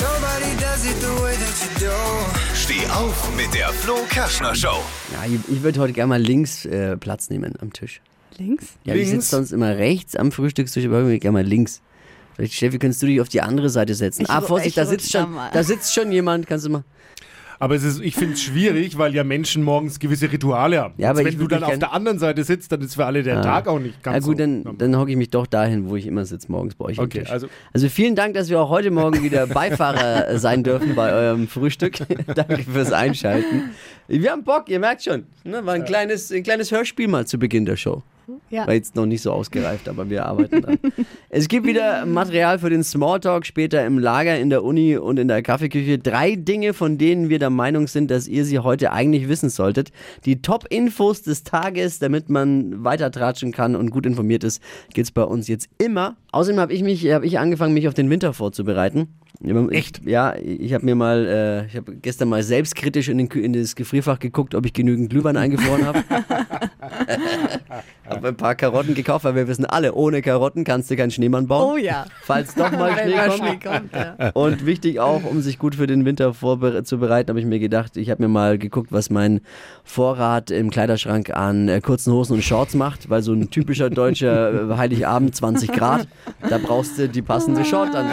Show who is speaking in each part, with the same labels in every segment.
Speaker 1: Nobody does it the way that you do.
Speaker 2: Steh auf mit der Flo Kerschner Show.
Speaker 3: Ja, ich, ich würde heute gerne mal links äh, Platz nehmen am Tisch.
Speaker 4: Links?
Speaker 3: Ja, ich sitze sonst immer rechts am Frühstückstisch, aber ich würde gerne mal links. Vielleicht, Steffi, kannst du dich auf die andere Seite setzen?
Speaker 4: Ich
Speaker 3: ah,
Speaker 4: ru-
Speaker 3: Vorsicht,
Speaker 4: ich
Speaker 3: da
Speaker 4: rutsch
Speaker 3: sitzt
Speaker 4: da
Speaker 3: schon,
Speaker 4: mal.
Speaker 3: da sitzt schon jemand. Kannst du mal?
Speaker 5: Aber es ist, ich finde es schwierig, weil ja Menschen morgens gewisse Rituale haben.
Speaker 3: Ja, aber
Speaker 5: Und
Speaker 3: ich
Speaker 5: wenn du
Speaker 3: würd
Speaker 5: dann
Speaker 3: mich
Speaker 5: auf
Speaker 3: gern-
Speaker 5: der anderen Seite sitzt, dann ist für alle der
Speaker 3: Ah.
Speaker 5: Tag auch nicht
Speaker 3: Ja
Speaker 5: ganz
Speaker 3: gut,
Speaker 5: so.
Speaker 3: dann, dann hocke ich mich doch dahin, wo ich immer sitze morgens bei euch. am
Speaker 5: Okay,
Speaker 3: Tisch.
Speaker 5: also-
Speaker 3: also vielen Dank, dass wir auch heute Morgen wieder Beifahrer äh, sein dürfen bei eurem Frühstück. Danke fürs Einschalten. Wir haben Bock, ihr merkt schon. Ne? War ein, kleines, ein kleines Hörspiel mal zu Beginn der Show.
Speaker 4: Ja.
Speaker 3: War jetzt noch nicht so ausgereift, aber wir arbeiten dran. es gibt wieder Material für den Smalltalk später im Lager, in der Uni und in der Kaffeeküche. Drei Dinge, von denen wir der Meinung sind, dass ihr sie heute eigentlich wissen solltet. Die Top-Infos des Tages, damit man weiter tratschen kann und gut informiert ist, gibt's bei uns jetzt immer. Außerdem habe ich, mich- hab ich angefangen, mich auf den Winter vorzubereiten. Echt? Ja, ich habe mir mal, äh, ich habe gestern mal selbstkritisch in, den, Kü- in das Gefrierfach geguckt, ob ich genügend Glühwein eingefroren habe. Hab ein paar Karotten gekauft, weil wir wissen alle, ohne Karotten kannst du keinen Schneemann bauen.
Speaker 4: Oh ja.
Speaker 3: Falls doch mal
Speaker 4: Wenn
Speaker 3: Schnee
Speaker 4: mal
Speaker 3: kommt.
Speaker 4: Schnee kommt, ja.
Speaker 3: Und wichtig auch, um sich gut für den Winter vorzubereiten, habe ich mir gedacht, ich habe mir mal geguckt, was mein Vorrat im Kleiderschrank an äh, kurzen Hosen und Shorts macht, weil so ein typischer deutscher äh, Heiligabend 20 Grad, da brauchst du die
Speaker 4: Oh
Speaker 3: passende Short an.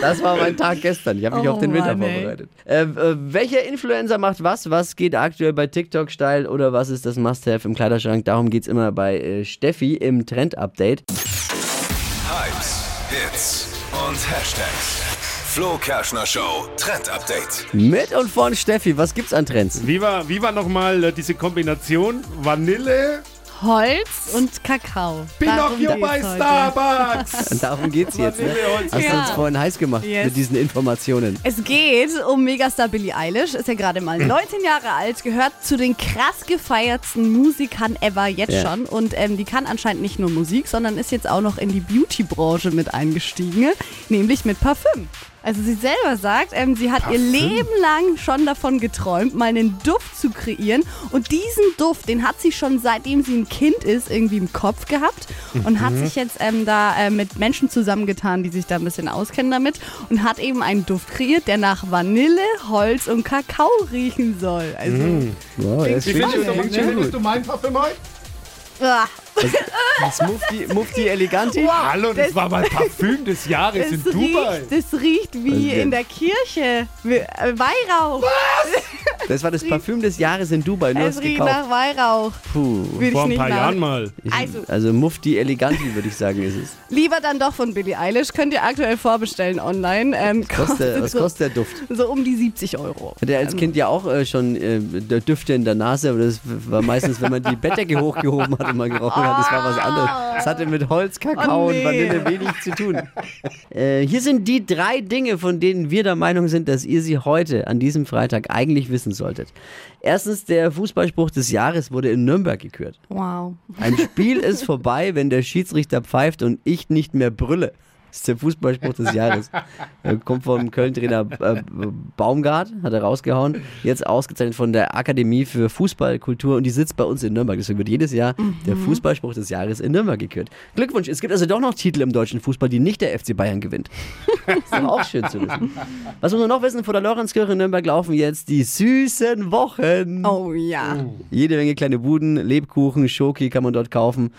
Speaker 3: Das war mein Tag gestern. Ich habe mich
Speaker 4: Oh
Speaker 3: auf den Winter
Speaker 4: Mann, ey.
Speaker 3: vorbereitet. Äh, äh, welcher Influencer macht was? Was geht aktuell bei TikTok steil oder was ist das Must-Have im Kleiderschrank? Darum geht es immer bei äh, Steffi im Trend-Update.
Speaker 2: Hypes, Hits und Hashtags. Flo Kerschner Show Trend Update.
Speaker 3: Mit und von Steffi, was gibt's an Trends?
Speaker 5: Wie war, wie war nochmal äh, diese Kombination Vanille,
Speaker 4: Holz und Kakao. Darum
Speaker 5: Pinocchio
Speaker 4: geht's
Speaker 5: bei
Speaker 4: heute.
Speaker 5: Starbucks?
Speaker 3: Und darum geht's jetzt, ne?
Speaker 5: Vanilleholz.
Speaker 3: Hast du
Speaker 4: Ja.
Speaker 3: uns vorhin heiß gemacht
Speaker 4: Yes.
Speaker 3: mit diesen Informationen.
Speaker 4: Es geht um Megastar Billie Eilish, ist ja gerade mal 19 Jahre alt, gehört zu den krass gefeiertsten Musikern ever jetzt
Speaker 3: Ja.
Speaker 4: schon. Und ähm, die kann anscheinend nicht nur Musik, sondern ist jetzt auch noch in die Beauty-Branche mit eingestiegen, nämlich mit Parfüm. Also sie selber sagt, ähm, sie hat ihr Leben lang schon davon geträumt, mal einen Duft zu kreieren. Und diesen Duft, den hat sie schon seitdem sie ein Kind ist, irgendwie im Kopf gehabt und hat sich jetzt ähm, da äh, mit Menschen zusammengetan, die sich da ein bisschen auskennen damit und hat eben einen Duft kreiert, der nach Vanille, Holz und Kakao riechen soll. Also,
Speaker 3: Wow, das
Speaker 5: Wie findest du, wie findest du mein Parfüm heute?
Speaker 4: ah,
Speaker 3: Mufti, Mufti Eleganti.
Speaker 4: wow,
Speaker 5: Hallo, das, war mein Parfüm des Jahres in
Speaker 4: das
Speaker 5: Dubai.
Speaker 4: riecht, das riecht wie
Speaker 3: denn?
Speaker 4: in der Kirche. Wie- äh, Weihrauch.
Speaker 3: Das war das Parfüm des Jahres in Dubai. Du
Speaker 4: Es
Speaker 3: hast
Speaker 4: riecht
Speaker 3: gekauft.
Speaker 4: nach Weihrauch.
Speaker 3: Puh.
Speaker 4: Will
Speaker 5: Vor
Speaker 4: ich
Speaker 5: ein
Speaker 4: nicht
Speaker 5: paar
Speaker 4: machen.
Speaker 5: Jahren mal.
Speaker 3: Ich,
Speaker 4: Also-
Speaker 3: also Mufti Eleganti würde ich sagen ist es.
Speaker 4: Lieber dann doch von Billie Eilish. Könnt ihr aktuell vorbestellen online. Ähm,
Speaker 3: Kostet,
Speaker 4: kostet
Speaker 3: was
Speaker 4: so,
Speaker 3: kostet der Duft?
Speaker 4: so um die 70 Euro.
Speaker 3: Hatte er als Kind ja auch äh, schon äh, der Düfte in der Nase, aber das war meistens, wenn man die Bettdecke hochgehoben hat und mal gerochen hat. Das war was anderes. Das hatte mit Holz, Kakao
Speaker 4: Oh, nee.
Speaker 3: und Vanille wenig zu tun. Äh, hier sind die drei Dinge, von denen wir der Meinung sind, dass ihr sie heute, an diesem Freitag, eigentlich wissen solltet. Erstens, der Fußballspruch des Jahres wurde in Nürnberg gekürt.
Speaker 4: Wow.
Speaker 3: Ein Spiel ist vorbei, wenn der Schiedsrichter pfeift und ich nicht mehr brülle. Das ist der Fußballspruch des Jahres. Äh, Kommt vom Köln-Trainer äh, Baumgart, hat er rausgehauen. Jetzt ausgezeichnet von der Akademie für Fußballkultur und die sitzt bei uns in Nürnberg. Deswegen wird jedes Jahr der Fußballspruch des Jahres in Nürnberg gekürt. Glückwunsch, es gibt also doch noch Titel im deutschen Fußball, die nicht der FC Bayern gewinnt. ist doch auch schön zu wissen. Was muss man noch wissen? Vor der Lorenzkirche in Nürnberg laufen jetzt die süßen Wochen.
Speaker 4: Oh ja.
Speaker 3: Jede Menge kleine Buden, Lebkuchen, Schoki kann man dort kaufen.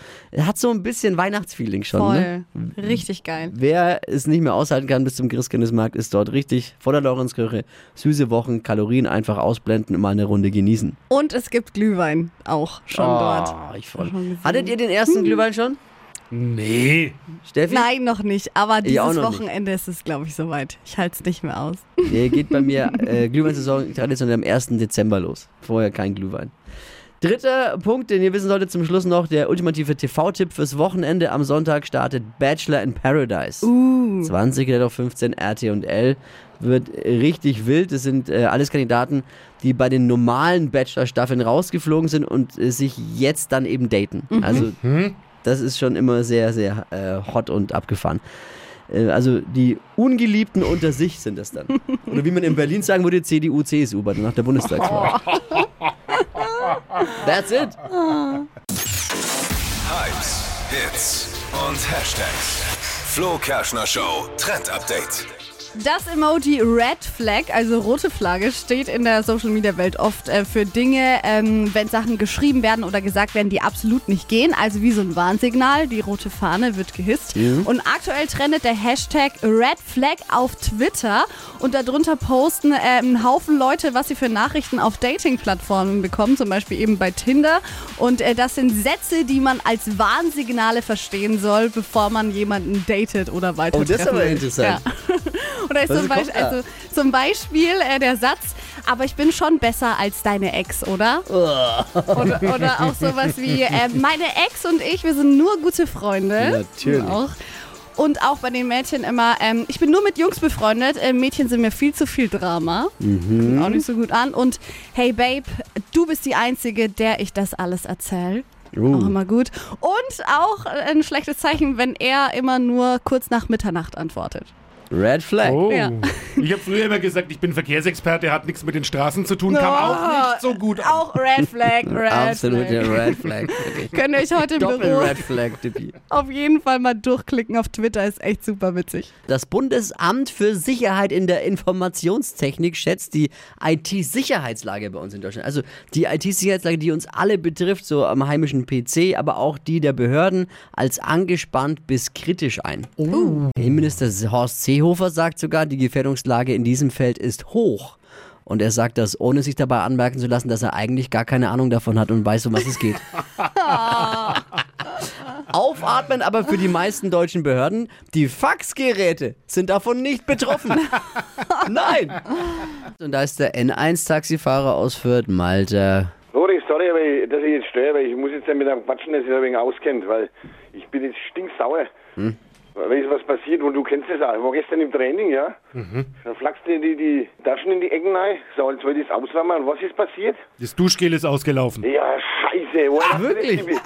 Speaker 3: Hat so ein bisschen Weihnachtsfeeling schon. Ne?
Speaker 4: Voll. Richtig geil.
Speaker 3: Wer es nicht mehr aushalten kann bis zum Christkindlesmarkt, ist dort richtig vor der Lorenzkirche. Süße Wochen, Kalorien einfach ausblenden und mal eine Runde genießen.
Speaker 4: Und es gibt Glühwein auch schon dort. Hm.
Speaker 3: Oh, ich freu. Hattet ihr den ersten Glühwein schon?
Speaker 5: Nee.
Speaker 3: Steffi?
Speaker 4: Nein, noch nicht. Aber
Speaker 3: Ich auch
Speaker 4: dieses
Speaker 3: noch nicht.
Speaker 4: Wochenende ist es, glaube ich, soweit. Ich halte es nicht mehr aus.
Speaker 3: Nee, geht bei mir äh, Glühweinsaison traditionell am 1. Dezember los. Vorher kein Glühwein. Dritter Punkt, den ihr wissen solltet zum Schluss noch, der ultimative TV-Tipp fürs Wochenende. Am Sonntag startet Bachelor in Paradise. Uh. 20 Grad auf 15 RT und L. Wird richtig wild. Das sind äh, alles Kandidaten, die bei den normalen Bachelor-Staffeln rausgeflogen sind und äh, sich jetzt dann eben daten. Also das ist schon immer sehr, sehr äh, hot und abgefahren. Äh, Also die Ungeliebten unter sich sind das dann. Oder wie man in Berlin sagen würde, CDU, CSU bei nach der Bundestagswahl. That's it.
Speaker 2: Hypes, Hits und Hashtags. Flo Kerschner Show Trend Update.
Speaker 4: Das Emoji Red Flag, also rote Flagge, steht in der Social Media Welt oft äh, für Dinge, ähm, wenn Sachen geschrieben werden oder gesagt werden, die absolut nicht gehen. Also wie so ein Warnsignal. Die rote Fahne wird gehisst. Und aktuell trendet der Hashtag Red Flag auf Twitter. Und darunter posten äh, ein Haufen Leute, was sie für Nachrichten auf Dating-Plattformen bekommen, zum Beispiel eben bei Tinder. Und äh, das sind Sätze, die man als Warnsignale verstehen soll, bevor man jemanden datet oder weiter
Speaker 3: Oh, das ist
Speaker 4: treffen
Speaker 3: aber
Speaker 4: will.
Speaker 3: interessant.
Speaker 4: Ja. Oder ist
Speaker 3: Was
Speaker 4: zum,
Speaker 3: kommt
Speaker 4: Beispiel,
Speaker 3: da?
Speaker 4: also, zum Beispiel äh, der Satz, aber ich bin schon besser als deine Ex, oder?
Speaker 3: Oh.
Speaker 4: oder, oder auch sowas wie, äh, meine Ex und ich, wir sind nur gute Freunde.
Speaker 3: Natürlich.
Speaker 4: Auch. Und auch bei den Mädchen immer, ähm, ich bin nur mit Jungs befreundet, äh, Mädchen sind mir viel zu viel Drama.
Speaker 3: Mhm.
Speaker 4: Kommt auch nicht so gut an. Und hey Babe, du bist die Einzige, der ich das alles erzähl.
Speaker 3: Uh.
Speaker 4: Auch immer gut. Und auch äh, ein schlechtes Zeichen, wenn er immer nur kurz nach Mitternacht antwortet.
Speaker 3: Red Flag.
Speaker 5: Oh.
Speaker 4: Ja.
Speaker 5: Ich habe früher immer gesagt, ich bin Verkehrsexperte, hat nichts mit den Straßen zu tun, kam
Speaker 4: Oh,
Speaker 5: auch nicht so gut an.
Speaker 4: Auch Red Flag, Red
Speaker 3: Absolute
Speaker 4: Flag.
Speaker 3: Red Flag. wirklich.
Speaker 4: Könnt ihr euch heute im
Speaker 3: Doppel
Speaker 4: Büro
Speaker 3: Red Flag, Tippi.
Speaker 4: auf jeden Fall mal durchklicken auf Twitter, ist echt super witzig.
Speaker 3: Das Bundesamt für Sicherheit in der Informationstechnik schätzt die IT-Sicherheitslage bei uns in Deutschland. Also die IT-Sicherheitslage, die uns alle betrifft, so am heimischen PC, aber auch die der Behörden, als angespannt bis kritisch ein. Innenminister Horst Seehofer sagt sogar, die Gefährdungslage in diesem Feld ist hoch. Und er sagt das, ohne sich dabei anmerken zu lassen, dass er eigentlich gar keine Ahnung davon hat und weiß, um was es geht. Aufatmen aber für die meisten deutschen Behörden. Die Faxgeräte sind davon nicht betroffen. Nein. Und da ist der N1-Taxifahrer aus Fürth, Malte.
Speaker 6: Rory, sorry, aber ich- dass ich jetzt störe, weil ich muss jetzt nicht mit einem quatschen, der sich da wegen auskennt, weil ich bin jetzt stinksauer. Weil ist was passiert und du kennst das auch. Ich war gestern im Training, ja. Da flackst du die, die Taschen in die Ecken rein. So, jetzt wollte ich das auswärmen. Und was ist passiert?
Speaker 5: Das Duschgel ist ausgelaufen.
Speaker 6: Ja, scheiße. woher hast du das
Speaker 3: wirklich?
Speaker 6: gewusst?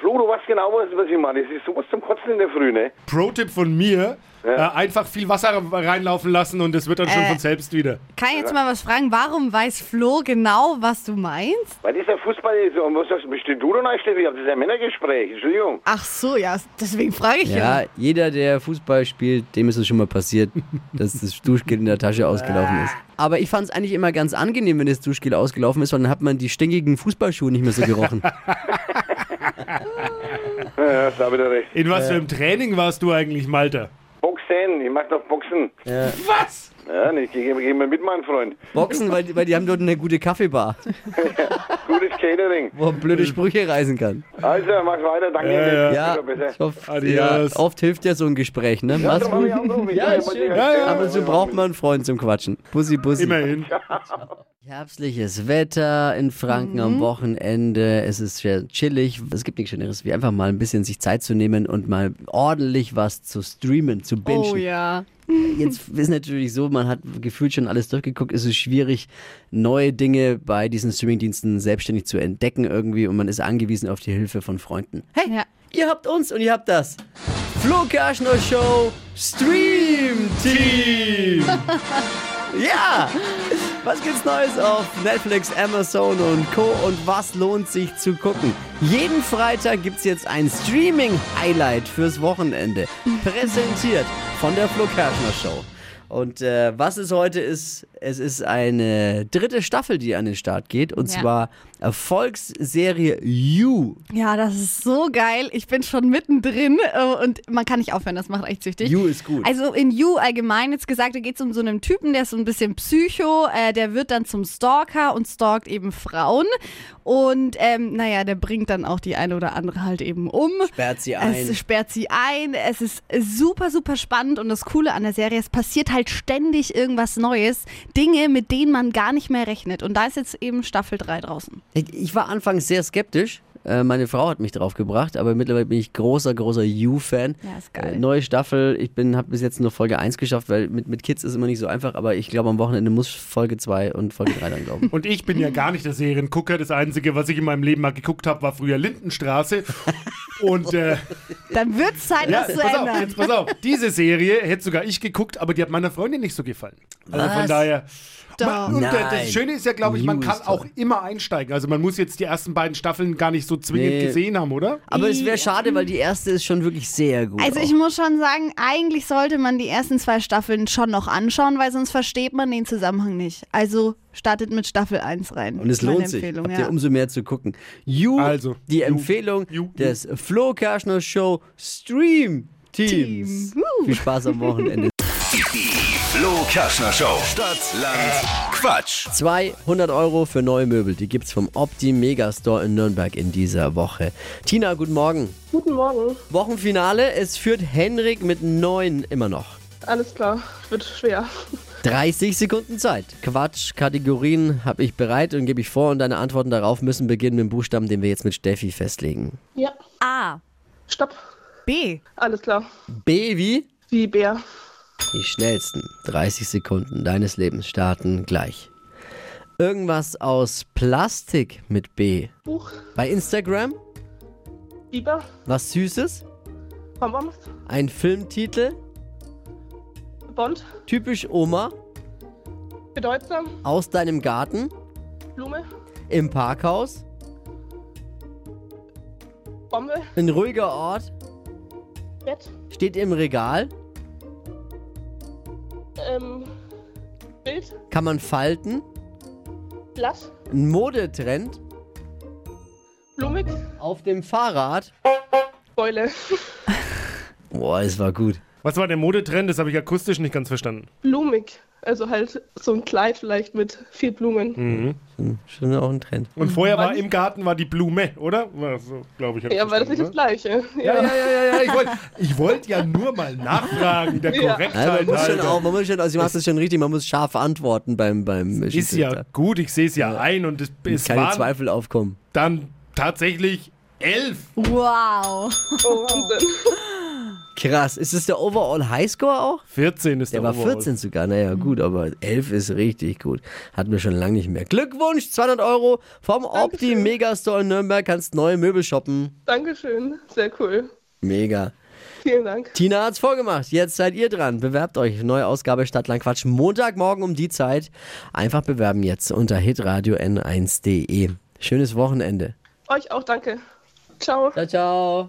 Speaker 6: Flo, du weißt genau, was, was ich meine. Das ist sowas zum Kotzen in der Früh, ne?
Speaker 5: Pro-Tipp von mir, äh, einfach viel Wasser reinlaufen lassen und es wird dann schon
Speaker 4: Äh.
Speaker 5: von selbst wieder.
Speaker 4: Kann ich jetzt mal was fragen? Warum weiß Flo genau, was du meinst?
Speaker 6: Weil dieser Fußball ist so. Und was sagst du? Bestimmt du doch nicht, Steffi. Das ist ein Männergespräch. Entschuldigung.
Speaker 4: Ach so, ja, deswegen frage ich
Speaker 3: Ja, jeder, der Fußball spielt, dem ist es schon mal passiert, dass das Duschgel in der Tasche ausgelaufen ist. Aber ich fand es eigentlich immer ganz angenehm, wenn das Duschgel ausgelaufen ist, weil dann hat man die stinkigen Fußballschuhe nicht mehr so gerochen.
Speaker 6: Ja, hast du wieder recht.
Speaker 5: In was für einem Training warst du eigentlich, Malte?
Speaker 6: Boxen. Ich mach noch Boxen.
Speaker 5: Was?
Speaker 6: Ja, ne, ich geh, geh mal mit, mein Freund.
Speaker 3: Boxen, weil, die- weil die haben dort eine gute Kaffeebar,
Speaker 6: Gutes Catering.
Speaker 3: wo man blöde Sprüche reisen kann.
Speaker 6: Also, mach weiter, danke.
Speaker 5: Ja, ja.
Speaker 3: Ja,
Speaker 6: Ist doch besser.
Speaker 3: ich hoffe, ja,
Speaker 5: Adios.
Speaker 3: oft hilft ja so ein Gespräch, ne?
Speaker 6: Ja,
Speaker 3: Mach's
Speaker 6: darum hab ich angerufen. Ich
Speaker 3: Ja,
Speaker 6: hab
Speaker 3: ist
Speaker 6: mal
Speaker 3: schön.
Speaker 6: die-
Speaker 5: Ja, ja.
Speaker 3: Ab und zu braucht man einen Freund zum Quatschen. Bussi, Bussi.
Speaker 5: Immerhin.
Speaker 3: Herbstliches Wetter in Franken
Speaker 4: Mhm.
Speaker 3: am Wochenende. Es ist sehr chillig. Es gibt nichts Schöneres, wie einfach mal ein bisschen sich Zeit zu nehmen und mal ordentlich was zu streamen, zu bingen.
Speaker 4: Oh ja.
Speaker 3: Jetzt ist natürlich so, man hat gefühlt schon alles durchgeguckt. Es ist schwierig, neue Dinge bei diesen Streamingdiensten selbstständig zu entdecken irgendwie und man ist angewiesen auf die Hilfe von Freunden. Hey,
Speaker 4: Ja.
Speaker 3: ihr habt uns und ihr habt das. Flo Kerschner Show Stream Team. ja. Was gibt's Neues auf Netflix, Amazon und Co. und was lohnt sich zu gucken? Jeden Freitag gibt's jetzt ein Streaming-Highlight fürs Wochenende. Präsentiert von der Flo Kerschner Show. Und äh, was es heute ist, es ist eine dritte Staffel, die an den Start geht. Und
Speaker 4: Ja.
Speaker 3: zwar Erfolgsserie You.
Speaker 4: Ja, das ist so geil. Ich bin schon mittendrin äh, und man kann nicht aufhören, das macht echt süchtig.
Speaker 3: You ist gut.
Speaker 4: Also in You allgemein jetzt gesagt, da geht es um so einen Typen, der ist so ein bisschen Psycho, äh, der wird dann zum Stalker und stalkt eben Frauen. Und ähm, naja, der bringt dann auch die eine oder andere halt eben um.
Speaker 3: Sperrt sie ein.
Speaker 4: Es sperrt sie ein. Es ist super, super spannend und das Coole an der Serie, es passiert halt ständig irgendwas Neues. Dinge, mit denen man gar nicht mehr rechnet. Und da ist jetzt eben Staffel 3 draußen.
Speaker 3: Ich, ich war anfangs sehr skeptisch. Äh, Meine Frau hat mich draufgebracht, aber mittlerweile bin ich großer, großer You-Fan.
Speaker 4: Ja, ist geil.
Speaker 3: Äh, Neue Staffel. Ich bin, habe bis jetzt nur Folge 1 geschafft, weil mit, mit Kids ist immer nicht so einfach, aber ich glaube, am Wochenende muss Folge 2 und Folge 3 dann glauben.
Speaker 5: Und ich bin ja gar nicht der Seriengucker. Das Einzige, was ich in meinem Leben mal geguckt habe, war früher Lindenstraße. Und äh,
Speaker 4: Dann wird es Zeit,
Speaker 5: ja,
Speaker 4: was zu
Speaker 5: pass auf,
Speaker 4: ändern.
Speaker 5: jetzt pass auf. Diese Serie hätte sogar ich geguckt, aber die hat meiner Freundin nicht so gefallen. Also von
Speaker 3: Was?
Speaker 5: daher.
Speaker 4: Doch.
Speaker 5: Man, und äh,
Speaker 3: Nein.
Speaker 5: das Schöne ist ja, glaube ich, man
Speaker 3: News
Speaker 5: kann
Speaker 3: ist
Speaker 5: auch immer einsteigen. Also man muss jetzt die ersten beiden Staffeln gar nicht so zwingend
Speaker 3: Nee.
Speaker 5: gesehen haben, oder?
Speaker 3: Aber es wäre schade, weil die erste ist schon wirklich sehr gut.
Speaker 4: Also ich
Speaker 3: auch.
Speaker 4: muss schon sagen, eigentlich sollte man die ersten zwei Staffeln schon noch anschauen, weil sonst versteht man den Zusammenhang nicht. Also startet mit Staffel 1 rein.
Speaker 3: und es
Speaker 4: Meine
Speaker 3: lohnt sich,
Speaker 4: Empfehlung,
Speaker 3: habt
Speaker 4: ja.
Speaker 3: ihr um- umso mehr zu gucken. You,
Speaker 5: Also,
Speaker 3: die
Speaker 5: you,
Speaker 3: Empfehlung
Speaker 5: you,
Speaker 3: des Flo Kerschner Show Stream Teams. Viel Spaß am Wochenende.
Speaker 2: Die Flo Kerschner Show. Stadt, Land, Quatsch.
Speaker 3: 200 Euro für neue Möbel, die gibt's vom Opti Megastore in Nürnberg in dieser Woche. Tina, guten Morgen.
Speaker 7: Guten Morgen.
Speaker 3: Wochenfinale, es führt Henrik mit 9 immer noch.
Speaker 7: Alles klar, wird schwer.
Speaker 3: 30 Sekunden Zeit. Quatsch, Kategorien habe ich bereit und gebe ich vor und deine Antworten darauf müssen beginnen mit dem Buchstaben, den wir jetzt mit Steffi festlegen.
Speaker 7: Ja,
Speaker 4: A.
Speaker 7: stopp.
Speaker 4: B.
Speaker 7: Alles klar.
Speaker 3: B wie?
Speaker 7: Wie Bär.
Speaker 3: Die schnellsten 30 Sekunden deines Lebens starten gleich. Irgendwas aus Plastik mit B.
Speaker 7: Buch.
Speaker 3: Bei Instagram?
Speaker 7: Biber.
Speaker 3: Was Süßes?
Speaker 7: Bonbons.
Speaker 3: Ein Filmtitel?
Speaker 7: Bond.
Speaker 3: Typisch Oma?
Speaker 7: Bedeutsam.
Speaker 3: Aus deinem Garten?
Speaker 7: Blume.
Speaker 3: Im Parkhaus?
Speaker 7: Bombe.
Speaker 3: Ein ruhiger Ort?
Speaker 7: Bett.
Speaker 3: Steht im Regal?
Speaker 7: Ähm, Bild.
Speaker 3: Kann man falten?
Speaker 7: Blatt.
Speaker 3: Ein Modetrend?
Speaker 7: Blumig.
Speaker 3: Auf dem Fahrrad?
Speaker 7: Beule.
Speaker 3: Boah, es war gut.
Speaker 5: Was war der Modetrend? Das habe ich akustisch nicht ganz verstanden.
Speaker 7: Blumig. Also halt so ein Kleid vielleicht mit viel Blumen.
Speaker 5: Hm,
Speaker 3: Schon auch ein Trend.
Speaker 5: Und vorher war
Speaker 7: Wann?
Speaker 5: im Garten war die Blume, oder? War So, glaube ich. hab ich
Speaker 7: Ja, war das nicht das
Speaker 5: verstanden,
Speaker 7: Gleiche?
Speaker 5: oder? Ja, ja, ja, ja, ja. Ich wollte ich wollt ja nur mal nachfragen, der
Speaker 7: Ja.
Speaker 3: Ja, man
Speaker 5: Korrektheit.
Speaker 3: muss schon
Speaker 5: halber.
Speaker 3: auch, man muss schon, also sie macht das schon richtig, man muss scharf antworten beim, beim
Speaker 5: ist ja
Speaker 3: Schiedsrichter.
Speaker 5: gut, ich sehe es ja ein und es, es
Speaker 3: Keine
Speaker 5: waren
Speaker 3: Zweifel aufkommen.
Speaker 5: dann tatsächlich elf.
Speaker 4: Wow.
Speaker 5: genau.
Speaker 7: Oh, Wahnsinn.
Speaker 3: Krass, ist es der Overall Highscore auch?
Speaker 5: 14 ist
Speaker 3: Der war
Speaker 5: Overall.
Speaker 3: 14 sogar, naja gut, aber 11 ist richtig gut. Hatten wir schon lange nicht mehr. Glückwunsch, 200 Euro vom Opti Megastore in Nürnberg, kannst neue Möbel shoppen.
Speaker 7: Dankeschön. Sehr cool.
Speaker 3: Mega.
Speaker 7: Vielen Dank.
Speaker 3: Tina hat's vorgemacht, jetzt seid ihr dran. Bewerbt euch, neue Ausgabe Stadtland Quatsch, Montagmorgen um die Zeit. Einfach bewerben jetzt unter hitradio n1.de. Schönes Wochenende.
Speaker 7: Euch auch danke. Ciao.
Speaker 3: Ciao, ciao.